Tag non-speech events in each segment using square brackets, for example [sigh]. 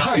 态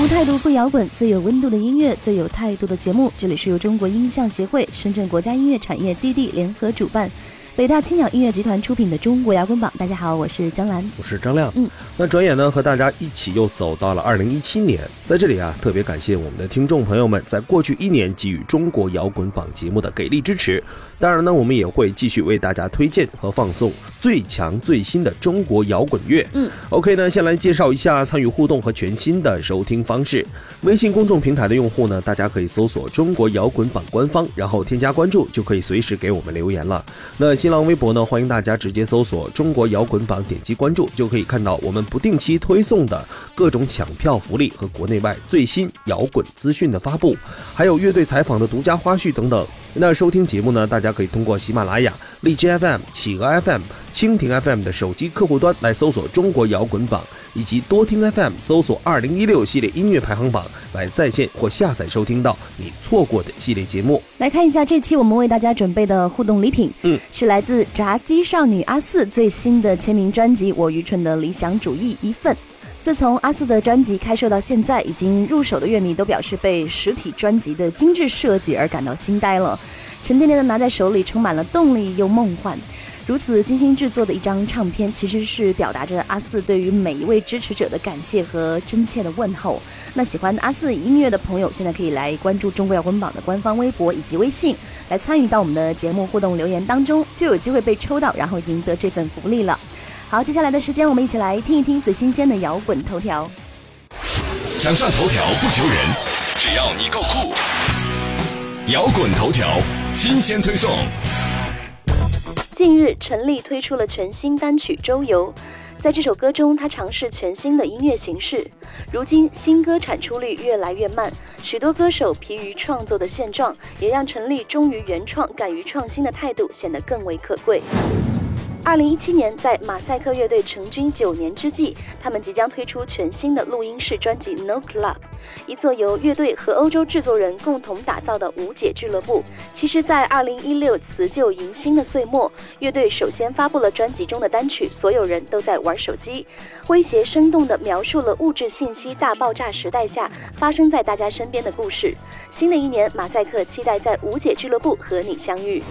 无态度不摇滚，最有温度的音乐，最有态度的节目。这里是由中国音像协会、深圳国家音乐产业基地联合主办，北大青鸟音乐集团出品的《中国摇滚榜》。大家好，我是江兰。我是张亮。嗯，那转眼呢，和大家一起又走到了二零一七年，在这里啊，特别感谢我们的听众朋友们在过去一年给予中国摇滚榜节目的给力支持。当然呢，我们也会继续为大家推荐和放送最强最新的中国摇滚乐。嗯，OK 呢，先来介绍一下参与互动和全新的收听方式。微信公众平台的用户呢，大家可以搜索“中国摇滚榜”官方，然后添加关注，就可以随时给我们留言了。那新浪微博呢，欢迎大家直接搜索“中国摇滚榜”，点击关注就可以看到我们不定期推送的各种抢票福利和国内外最新摇滚资讯的发布，还有乐队采访的独家花絮等等。那收听节目呢，大家可以通过喜马拉雅、荔枝 FM、企鹅 FM、蜻蜓 FM 的手机客户端来搜索“中国摇滚榜”，以及多听 FM 搜索“二零一六系列音乐排行榜”来在线或下载收听到你错过的系列节目。来看一下这期我们为大家准备的互动礼品，嗯，是来自炸鸡少女阿四最新的签名专辑《我愚蠢的理想主义》一份。自从阿四的专辑开售到现在，已经入手的乐迷都表示被实体专辑的精致设计而感到惊呆了，沉甸甸的拿在手里，充满了动力又梦幻。如此精心制作的一张唱片，其实是表达着阿四对于每一位支持者的感谢和真切的问候。那喜欢阿四音乐的朋友，现在可以来关注中国摇滚榜的官方微博以及微信，来参与到我们的节目互动留言当中，就有机会被抽到，然后赢得这份福利了。好，接下来的时间，我们一起来听一听最新鲜的摇滚头条。想上头条不求人，只要你够酷。摇滚头条新鲜推送，近日，陈粒推出了全新单曲《周游》。在这首歌中，她尝试全新的音乐形式。如今，新歌产出率越来越慢，许多歌手疲于创作的现状，也让陈粒忠于原创、敢于创新的态度显得更为可贵。二零一七年，在马赛克乐队成军九年之际，他们即将推出全新的录音室专辑《No Club》，一座由乐队和欧洲制作人共同打造的无解俱乐部。其实，在二零一六辞旧迎新的岁末，乐队首先发布了专辑中的单曲《所有人都在玩手机》，威胁生动地描述了物质信息大爆炸时代下发生在大家身边的故事。新的一年，马赛克期待在无解俱乐部和你相遇。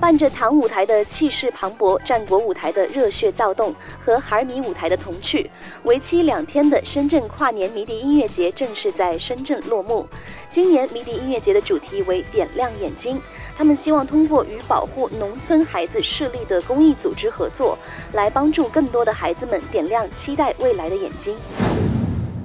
伴着唐舞台的气势磅礴，战国舞台的热血躁动和哈尔米舞台的童趣，为期两天的深圳跨年迷笛音乐节正式在深圳落幕。今年迷笛音乐节的主题为“点亮眼睛”，他们希望通过与保护农村孩子视力的公益组织合作，来帮助更多的孩子们点亮期待未来的眼睛。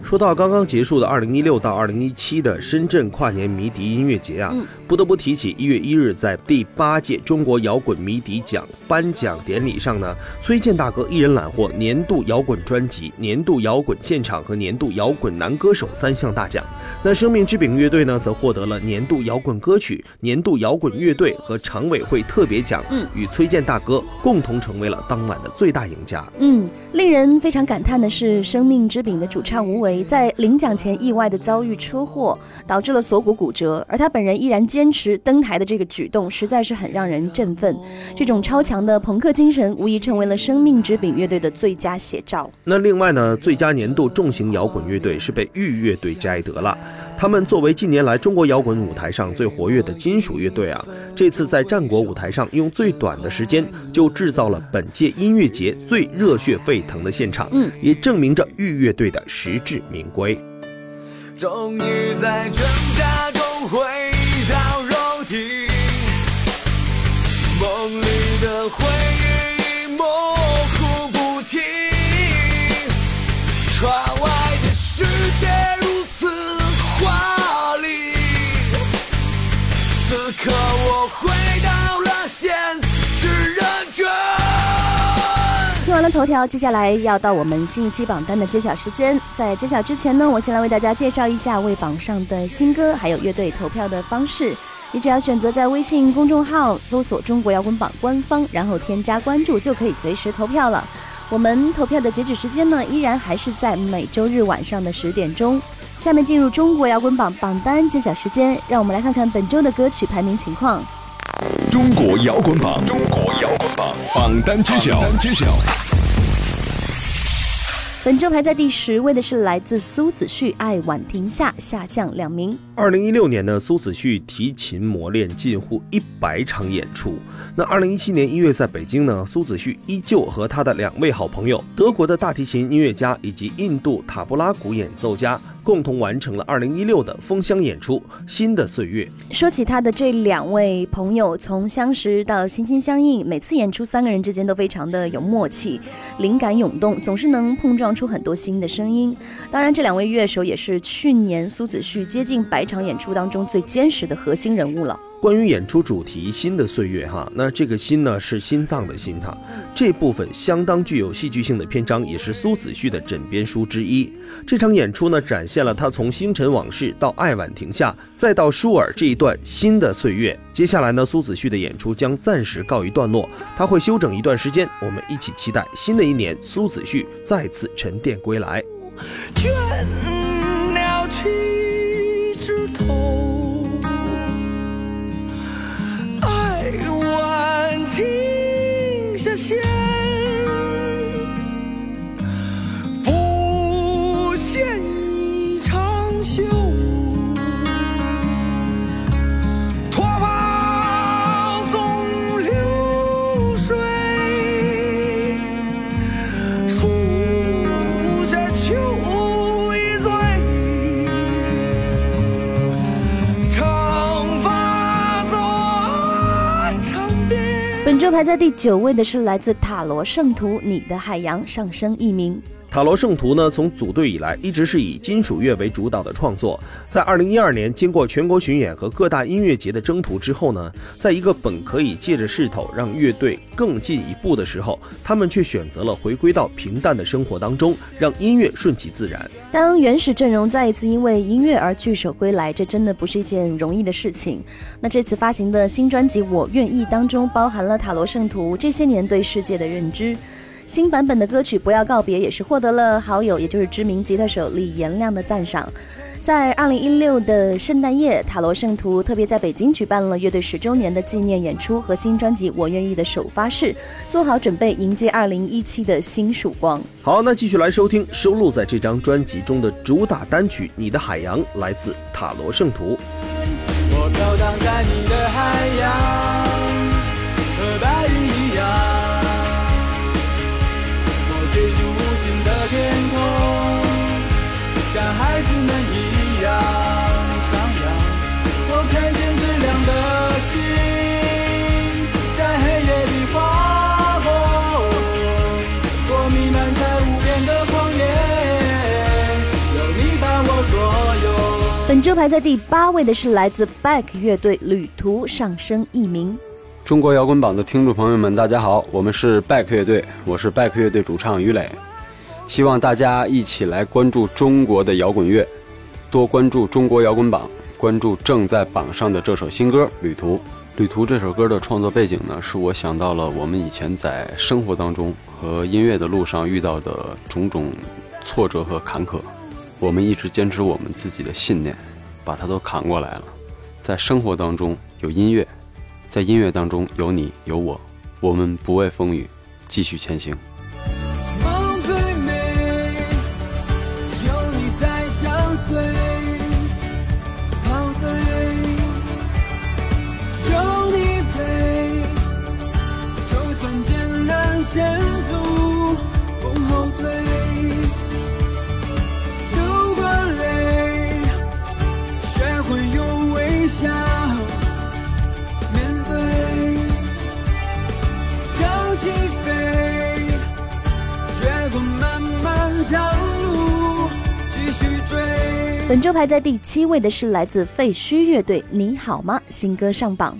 说到刚刚结束的二零一六到二零一七的深圳跨年迷笛音乐节啊，不得不提起一月一日在第八届中国摇滚迷笛奖颁奖典礼上呢，崔健大哥一人揽获年度摇滚专辑、年度摇滚现场和年度摇滚男歌手三项大奖。那生命之饼乐队呢，则获得了年度摇滚歌曲、年度摇滚乐队和常委会特别奖，嗯与崔健大哥共同成为了当晚的最大赢家。嗯，令人非常感叹的是，《生命之饼》的主唱吴为在领奖前意外的遭遇车祸，导致了锁骨骨折，而他本人依然坚持登台的这个举动，实在是很让人振奋。这种超强的朋克精神，无疑成为了《生命之饼》乐队的最佳写照。那另外呢，最佳年度重型摇滚乐队是被豫乐队摘得了。他们作为近年来中国摇滚舞台上最活跃的金属乐队啊，这次在战国舞台上用最短的时间就制造了本届音乐节最热血沸腾的现场，嗯，也证明着豫乐队的实至名归。终于在挣扎中回到肉体，梦里的回忆已模糊不清，窗外的世界如此华丽，此刻我回到了现实人生。听完了头条，接下来要到我们新一期榜单的揭晓时间。在揭晓之前呢，我先来为大家介绍一下为榜上的新歌还有乐队投票的方式。你只要选择在微信公众号搜索“中国摇滚榜”官方，然后添加关注，就可以随时投票了。我们投票的截止时间呢，依然还是在每周日晚上的十点钟。下面进入中国摇滚榜榜单揭晓时间，让我们来看看本周的歌曲排名情况。中国摇滚榜，中国摇滚榜榜单揭晓，揭晓。本周排在第十位的是来自苏子旭《爱晚亭下》，下降两名。二零一六年呢，苏子旭提琴磨练近乎一百场演出。那二零一七年一月在北京呢，苏子旭依旧和他的两位好朋友，德国的大提琴音乐家以及印度塔布拉鼓演奏家，共同完成了二零一六的封箱演出《新的岁月》。说起他的这两位朋友，从相识到心心相印，每次演出三个人之间都非常的有默契，灵感涌动，总是能碰撞出很多新的声音。当然，这两位乐手也是去年苏子旭接近百场演出当中最坚实的核心人物了。关于演出主题《新的岁月》哈，那这个“心”呢是心脏的“心”哈，这部分相当具有戏剧性的篇章，也是苏子旭的枕边书之一。这场演出呢，展现了他从《星辰往事》到《爱晚亭下》，再到舒尔这一段新的岁月。接下来呢，苏子旭的演出将暂时告一段落，他会休整一段时间，我们一起期待新的一年苏子旭再次沉淀归来。倦了七枝头，爱晚停下弦，不见一场袖，脱发纵流水。树下秋已醉，长发作长辫。本周排在第九位的是来自塔罗圣徒《你的海洋》，上升一名。塔罗圣徒呢，从组队以来一直是以金属乐为主导的创作。在二零一二年经过全国巡演和各大音乐节的征途之后呢，在一个本可以借着势头让乐队更进一步的时候，他们却选择了回归到平淡的生活当中，让音乐顺其自然。当原始阵容再一次因为音乐而聚首归来，这真的不是一件容易的事情。那这次发行的新专辑《我愿意》当中，包含了塔罗圣徒这些年对世界的认知。新版本的歌曲《不要告别》也是获得了好友，也就是知名吉他手李延亮的赞赏。在二零一六的圣诞夜，塔罗圣徒特别在北京举办了乐队十周年的纪念演出和新专辑《我愿意》的首发式，做好准备迎接二零一七的新曙光。好，那继续来收听收录在这张专辑中的主打单曲《你的海洋》，来自塔罗圣徒。我飘荡在你的海洋，和白云一样。我追逐无尽的天空，像孩子们一样徜徉。我看见最亮的星，在黑夜里发光。我弥漫在无边的旷野，有你伴我左右。本周排在第八位的是来自 Back 乐队《旅途》，上升一名。中国摇滚榜的听众朋友们，大家好，我们是 Back 乐队，我是 Back 乐队主唱于磊，希望大家一起来关注中国的摇滚乐，多关注中国摇滚榜，关注正在榜上的这首新歌《旅途》。《旅途》这首歌的创作背景呢，是我想到了我们以前在生活当中和音乐的路上遇到的种种挫折和坎坷，我们一直坚持我们自己的信念，把它都扛过来了。在生活当中有音乐，在音乐当中有你有我，我们不畏风雨，继续前行。梦最美，有你在相随，陶醉，有你陪，就算艰难险阻不后退。如果累，学会用微笑面对，要起飞。越过漫漫长路，继续追。本周排在第七位的是来自废墟乐队《你好吗》新歌上榜。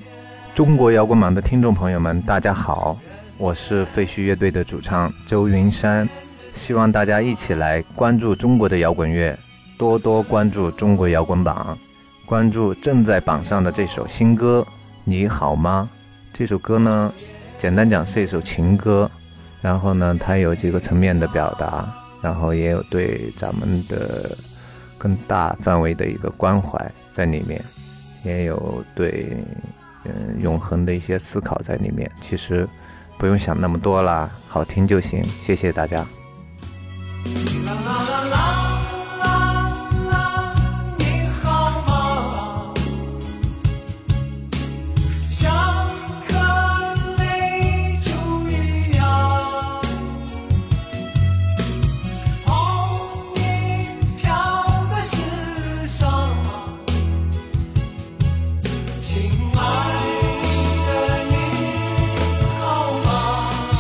中国摇滚榜的听众朋友们，大家好，我是废墟乐队的主唱周云山，希望大家一起来关注中国的摇滚乐，多多关注中国摇滚榜，关注正在榜上的这首新歌《你好吗》。这首歌呢，简单讲是一首情歌，然后呢，它有几个层面的表达，然后也有对咱们的更大范围的一个关怀在里面，也有对嗯永恒的一些思考在里面。其实不用想那么多啦，好听就行。谢谢大家。你好吗？像颗泪珠一样，红叶飘在世上。亲爱的，你好吗？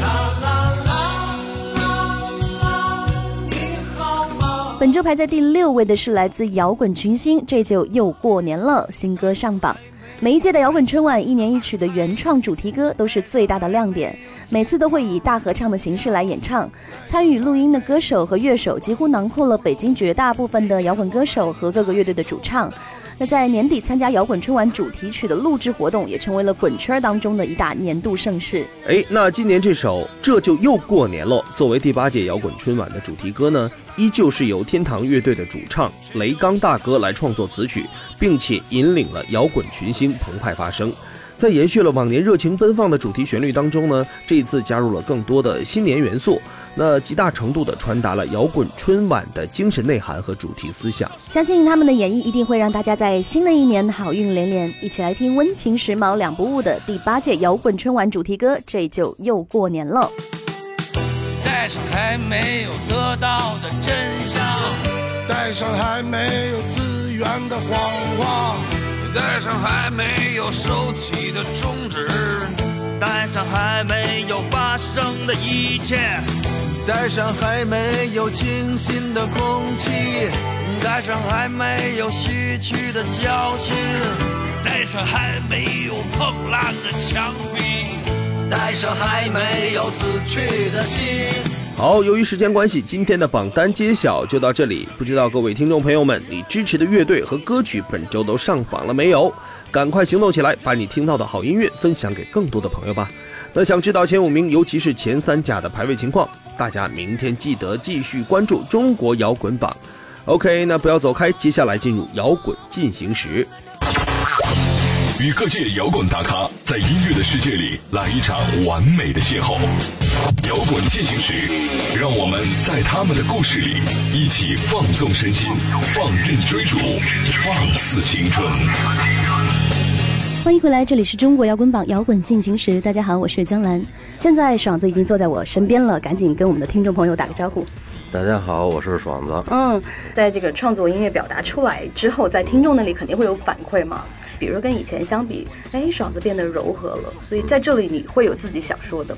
啦啦啦啦啦，你好吗？本周排在第六位的是来自摇滚群星，这就又过年了，新歌上榜。每一届的摇滚春晚，一年一曲的原创主题歌都是最大的亮点，每次都会以大合唱的形式来演唱。参与录音的歌手和乐手几乎囊括了北京绝大部分的摇滚歌手和各个乐队的主唱。那在年底参加摇滚春晚主题曲的录制活动，也成为了滚圈当中的一大年度盛事。哎，那今年这首《这就又过年了》作为第八届摇滚春晚的主题歌呢，依旧是由天堂乐队的主唱雷刚大哥来创作词曲，并且引领了摇滚群星澎湃发声。在延续了往年热情奔放的主题旋律当中呢，这一次加入了更多的新年元素，那极大程度的传达了摇滚春晚的精神内涵和主题思想。相信他们的演绎一定会让大家在新的一年好运连连。一起来听温情时髦两不误的第八届摇滚春晚主题歌，这就又过年了。带上还没有得到的真相，带上还没有资源的谎话，带上还没有收起的终止，带上还没有发生的一切，带上还没有清新的空气，带上还没有吸取的教训，带上还没有碰烂的墙壁，带上还没有死去的心。好，由于时间关系，今天的榜单揭晓就到这里。不知道各位听众朋友们，你支持的乐队和歌曲本周都上榜了没有？赶快行动起来，把你听到的好音乐分享给更多的朋友吧。那想知道前五名，尤其是前三甲的排位情况，大家明天记得继续关注中国摇滚榜。OK，那不要走开，接下来进入摇滚进行时。与各界摇滚大咖在音乐的世界里来一场完美的邂逅。摇滚进行时，让我们在他们的故事里一起放纵身心，放任追逐，放肆青春。欢迎回来，这里是中国摇滚榜摇滚进行时。大家好，我是江兰。现在爽子已经坐在我身边了，赶紧跟我们的听众朋友打个招呼。大家好，我是爽子。嗯，在这个创作音乐表达出来之后，在听众那里肯定会有反馈嘛。比如说跟以前相比，哎，爽子变得柔和了，所以在这里你会有自己想说的，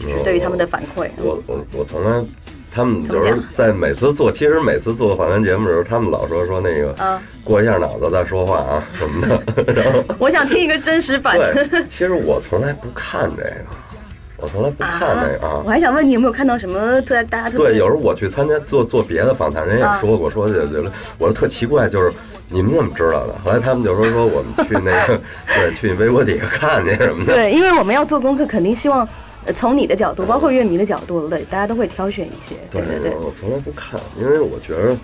就是对于他们的反馈。我我我从来，他们就是在每次做，其实每次做访谈节目的时候，他们老说说那个、啊过一下脑子再说话啊什么的。然后我想听一个真实版。对，其实我从来不看这个，我从来不看这 [laughs] 个啊我还想问你有没有看到什么特大家特别对，有时候我去参加做做别的访谈，人家也说过，说就就我说特奇怪，就是你们怎么知道的？后来他们就说说我们去那个对去你微博底下看去什么的。对，因为我们要做功课，肯定希望呃从你的角度，包括乐迷的角度，对，大家都会挑选一些。对对对，我从来不看，因为我觉得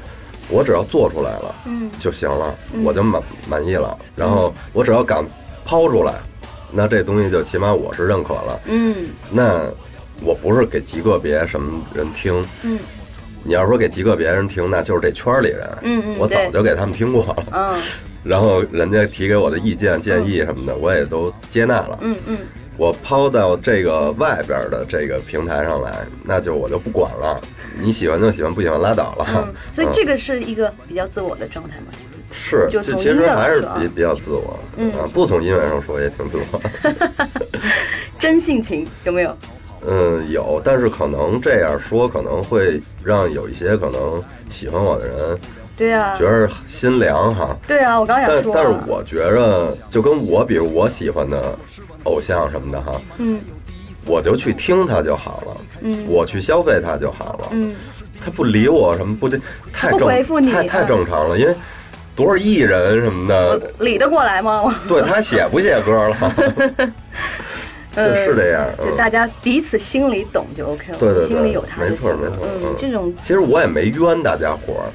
我只要做出来了嗯就行了，嗯我就满满意了。然后我只要敢抛出来，那这东西就起码我是认可了。嗯那我不是给极个别什么人听，嗯你要说给极个别人听，那就是这圈儿里人。嗯嗯我早对就给他们听过了，嗯然后人家提给我的意见、建议什么的，我也都接纳了。嗯嗯我抛到这个外边的这个平台上来，那就我就不管了，你喜欢就喜欢，不喜欢拉倒了。嗯，所以这嗯个是一个比较自我的状态嘛。是，就这从其音实乐还来是说比比较自我，嗯啊，不从音乐上说也挺自我。真性情有没有？嗯，有，但是可能这样说可能会让有一些可能喜欢我的人对呀、觉得心凉哈。对啊，我刚想但说，但是我觉着，就跟我比如我喜欢的偶像什么的哈，嗯我就去听他就好了，嗯，我去消费他就好了。嗯，他不理我什么不对，太不正回复你太太嗯正常了，因为多少艺人什么的，理得过来吗？对他写不写歌了，呃是这样。就嗯大家啊彼此心里懂就 OK 了，对对对，心里有他没就错行没了。错。嗯，这种其实我也没冤大家伙儿，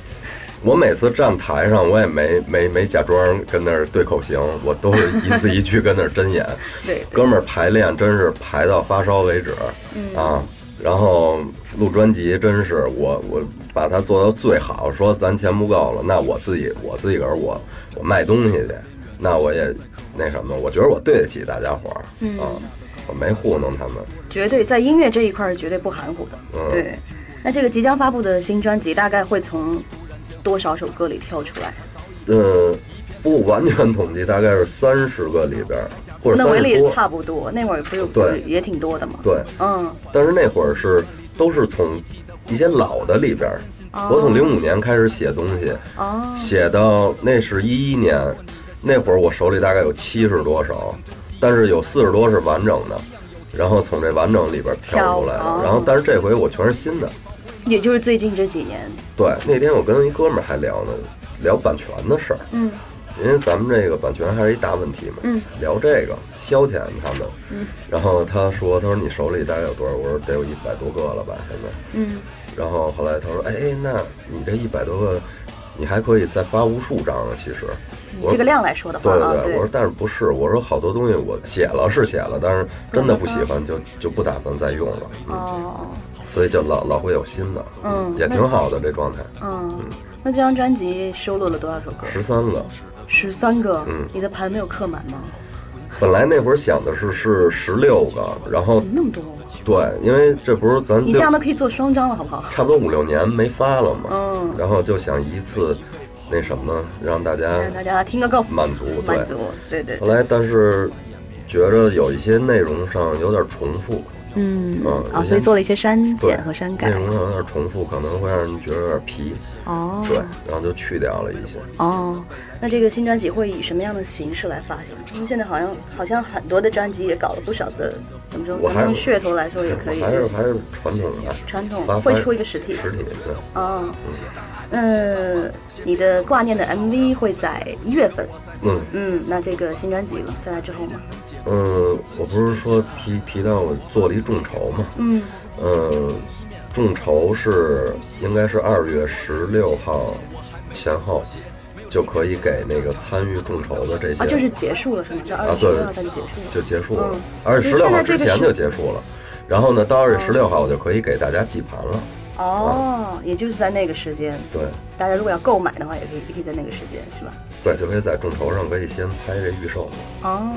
我每次站台上我也没没没假装跟那儿对口型，我都是一字一句跟那儿真演。 [laughs] 对对哥们儿排练真是排到发烧为止，嗯啊，然后录专辑真是我我把它做到最好，说咱钱不够了，那我自己我自己个儿我我卖东西去，那我也那什么，我觉得我对得起大家伙儿，嗯啊，我没糊弄他们，绝对在音乐这一块儿绝对不含糊的。嗯，对，那这个即将发布的新专辑大概会从多少首歌里挑出来？嗯，不完全统计，大概是三十个里边儿，或者那三围里十也多。差不多，那会儿不对是也挺多的嘛。对，嗯，但是那会儿是都是从一些老的里边儿，哦我从零五年开始写东西，哦，写到那是一一年，那会儿我手里大概有七十多首，但是有四十多是完整的，然后从这完整里边儿挑出来挑的哦，然后但是这回我全是新的。也就是最近这几年，对，那天我跟一哥们儿还聊呢，聊版权的事儿，嗯因为咱们这个版权还是一大问题嘛，嗯聊这个消遣他们。嗯然后他说：“他说你手里大概有多少？”我说：“得有一百多个了吧，现在。嗯，”然后后来他说：“哎，那你这一百多个，你还可以再发无数张啊，其实。”以我这说个量来说的对话啊，对我说但是不是？我说好多东西我写了是写了，但是真的不喜欢就就不打算再用了，哦，所以就老老会有新的，嗯也挺好的这状态，嗯，那这张专辑收录了多少首歌？十三个。十三个。嗯你的盘没有刻满吗？本来那会儿想的是是十六个，然后那么多，哦对，因为这不是咱你这样都可以做双张了，好不好？差不多五六年没发了嘛，嗯然后就想一次那什么，让大家让大家听个够，满足对满足，对对。后来，但是觉着有一些内容上有点重复，嗯嗯啊，所以做了一些删减对和删改内。容上有点重复，可能会让人觉得有点皮，哦对，然后就去掉了一些。哦，那这个新专辑会以什么样的形式来发行？因为现在好像好像很多的专辑也搞了不少的，怎么说？我咱们还用是噱头来说也可以。还是还是传统的，传统发会出一个实体实体对。哦，嗯，你的挂念的 MV 会在一月份。嗯嗯，那这个新专辑了，在那之后吗？嗯，我不是说提提到我做了一众筹嘛，嗯嗯，众筹是应该是二月十六号前后就可以给那个参与众筹的这些啊，就是结束了是吗？这二月啊十对六号它就结束了。就结束了嗯，二月其实十六现号在之这个前是就结束了，然后呢，到二月十六号我就可以给大家寄盘了，哦，也就是在那个时间，对大家如果要购买的话，也可以也可以在那个时间，是吧？对，就可以在众筹上可以先拍这预售。嗯哦，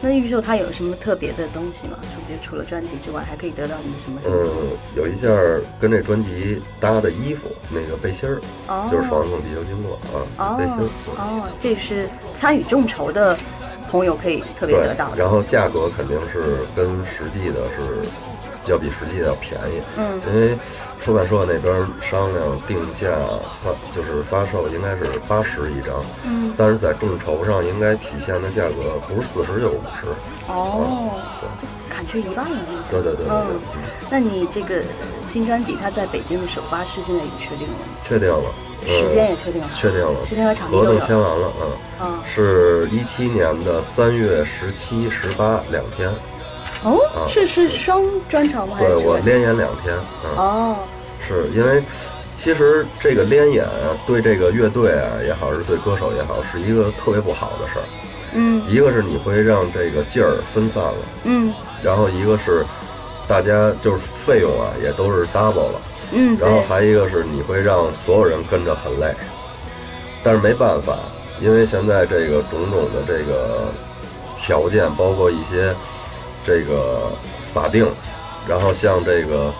那预售它有什么特别的东西吗？是不是除了专辑之外，还可以得到你们什么？嗯，有一件儿跟这专辑搭的衣服，那个背心儿，哦嗯就是《爽总地球经过》哦啊，背心儿。哦，这个是参与众筹的朋友可以特别对得到，的。然后价格肯定是跟实际的是要比实际的要便宜，嗯因为出版社那边商量定价发就是发售应该是八十一张，嗯但是在众筹上应该体现的价格不是四十就是五十，嗯哦，砍去一半了。对对对对对嗯，，那你这个新专辑它在北京的首发是现在已经确定了吗？确定了，嗯时间也确定了确定了，时间和场地都合有同签完了，嗯，啊是一七年的三月十七、十八两天，哦啊，是是双专场吗？还对是我连演两天，嗯。哦，是因为其实这个连演啊，对这个乐队啊也好，是对歌手也好，是一个特别不好的事儿。嗯一个是你会让这个劲儿分散了，嗯然后一个是大家就是费用啊也都是 double 了，嗯，然后对还一个是你会让所有人跟着很累，但是没办法，因为现在这个种种的这个条嗯件，包括一些这个法定，然后像这个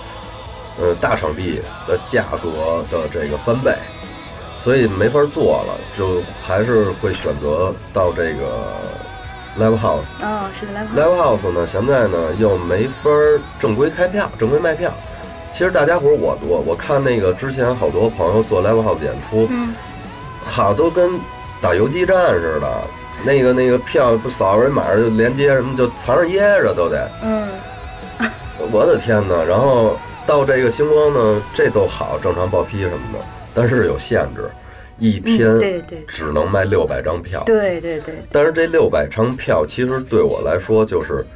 呃大场地的价格的这个翻倍，所以没法做了，就还是会选择到这个 live house。啊，是 live house Live House 呢，现在呢又没法儿正规开票、正规卖票。其实大家伙儿，我我我看那个之前好多朋友做 Live House 演出，嗯好都跟打游击战似的，那个那个票不扫人马上就连接什么就藏着掖着都得。嗯，我的天呐，然后到这个星光呢，这都好，正常报批什么的，但是有限制，一嗯天对对只能卖六百张票。对对对，但是这六百张票其实对我来说就是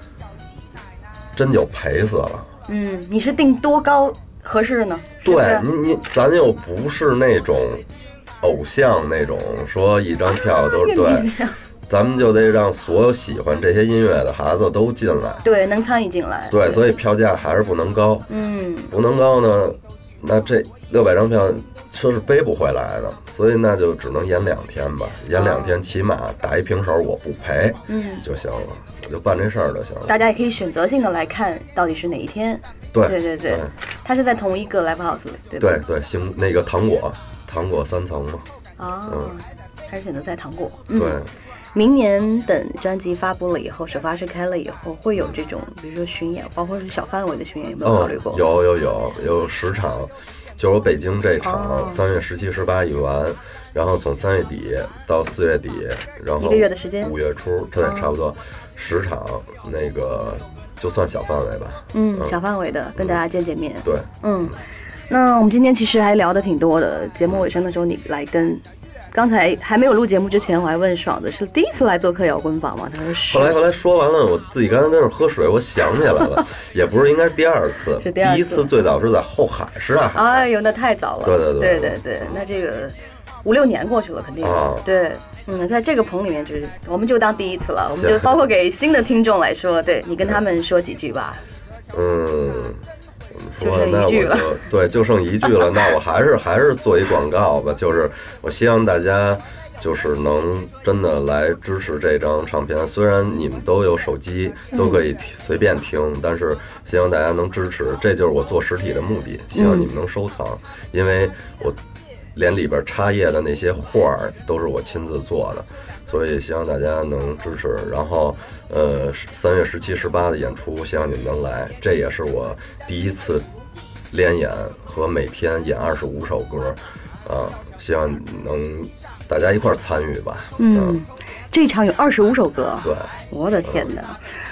真就赔死了。嗯，你是定多高合适呢？是不是对你你咱又不是那种偶像那种说一张票都 [laughs] 是对，咱们就得让所有喜欢这些音乐的孩子都进来。对，能参与进来。对，所以票价还是不能高，嗯，不能高呢，那这六百张票说是背不回来的，所以那就只能演两天吧，演两天起码打一平手我不赔，嗯就行了，我就办这事儿就行了。大家也可以选择性的来看到底是哪一天。对对对对对，它是在同一个 live house 里，对吧？对对，星那个糖果，糖果三层嘛，哦，还是选择在糖果。嗯嗯对。明年等专辑发布了以后，首发式开了以后，会有这种，比如说巡演，包括是小范围的巡演，有没有考虑过？哦、有有有有十场，就是我北京这哦场，三、月十七、十八一完，然后从三月底到四月底，然后一个月的时间五月初对，哦差不多十场，那个就算小范围吧。嗯，小范围的跟大家见见面。对，嗯，那我们今天其实还聊的挺多的。节目尾声的时候，你来跟刚才还没有录节目之前，我还问爽子是第一次来做客摇滚榜吗？他说是。后来后来说完了，我自己刚才在那儿喝水，我想起来了，也不是应该是第二次，是第二次一次最早是在后海什刹海。哎呦，那太早了。对对对对对对那这个五六年过去了，肯定、啊对。嗯，在这个棚里面，就是我们就当第一次了，我们就是包括给新的听众来说，对你跟他们说几句吧。嗯，怎么就说剩一呢？那句了我就对，就剩一句了。那我还是还是做一广告吧，就是我希望大家就是能真的来支持这张唱片。虽然你们都有手机，都可以听随便听，但是希望大家能支持，这就是我做实体的目的。希望你们能收藏，因为我连里边插页的那些画儿都是我亲自做的，所以希望大家能支持。然后，呃，三月十七、十八的演出，希望你们能来。这也是我第一次连演和每天演二十五首歌，啊，希望能大家一块儿参与吧。嗯，这一场有二十五首歌。对，我的天哪！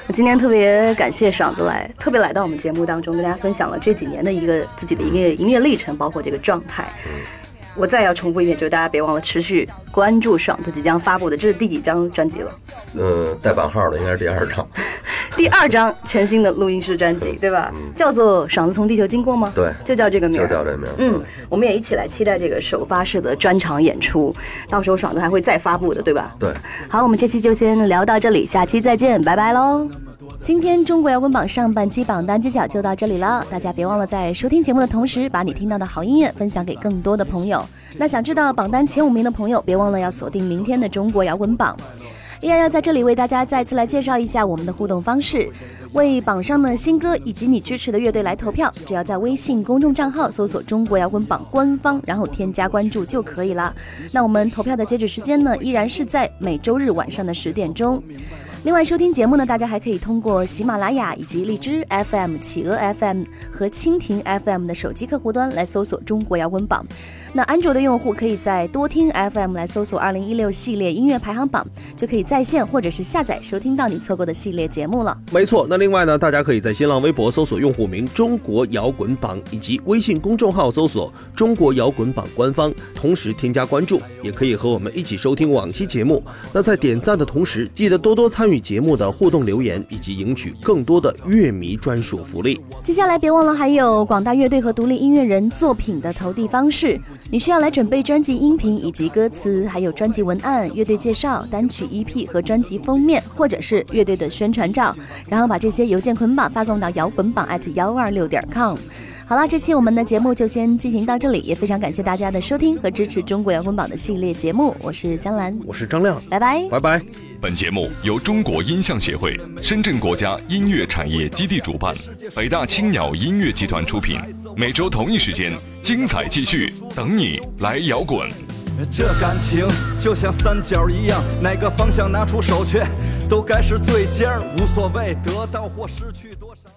那今天特别感谢爽子来，特别来到我们节目当中，跟大家分享了这几年的一个自己的一个音乐历程，包括这个状态。我再要重复一遍，就是大家别忘了持续关注爽子即将发布的，这是第几张专辑了？呃，带版号的应该是第二 [laughs] 张，第二张全新的录音室专辑，对吧？叫做《爽子从地球经过》吗？嗯对就叫这个名就儿。叫这名儿。嗯，我们也一起来期待这个首发式的专场演出，到时候爽子还会再发布的，对吧？对。好，我们这期就先聊到这里，下期再见，拜拜喽。今天中国摇滚榜上半期榜单揭晓就到这里了，大家别忘了在收听节目的同时，把你听到的好音乐分享给更多的朋友。那想知道榜单前五名的朋友，别忘了要锁定明天的中国摇滚榜。依然要在这里为大家再次来介绍一下我们的互动方式，为榜上的新歌以及你支持的乐队来投票，只要在微信公众账号搜索“中国摇滚榜”官方，然后添加关注就可以了。那我们投票的截止时间呢，依然是在每周日晚上的十点钟。另外，收听节目呢，大家还可以通过喜马拉雅以及荔枝 FM、企鹅 FM 和蜻蜓 FM 的手机客户端来搜索“中国摇滚榜”。那安卓的用户可以在多听 FM 来搜索“二零一六系列音乐排行榜”，就可以在线或者是下载收听到你错过的系列节目了。没错，那另外呢，大家可以在新浪微博搜索用户名“中国摇滚榜”，以及微信公众号搜索“中国摇滚榜”官方，同时添加关注，也可以和我们一起收听往期节目。那在点赞的同时，记得多多参与节目的互动留言，以及赢取更多的乐迷专属福利。接下来别忘了还有广大乐队和独立音乐人作品的投递方式，你需要来准备专辑音频以及歌词，还有专辑文案、乐队介绍、单曲 EP 和专辑封面，或者是乐队的宣传照，然后把这些邮件捆绑发送到摇滚榜 at 幺二六点 com。好啦，这期我们的节目就先进行到这里，也非常感谢大家的收听和支持中国摇滚榜的系列节目，我是江兰，我是张亮，拜拜。拜拜。本节目由中国音像协会深圳国家音乐产业基地主办，北大青鸟音乐集团出品。每周同一时间，精彩继续，等你来摇滚。这感情就像三角一样，哪个方向拿出手去，都该是最尖儿，无所谓得到或失去多少。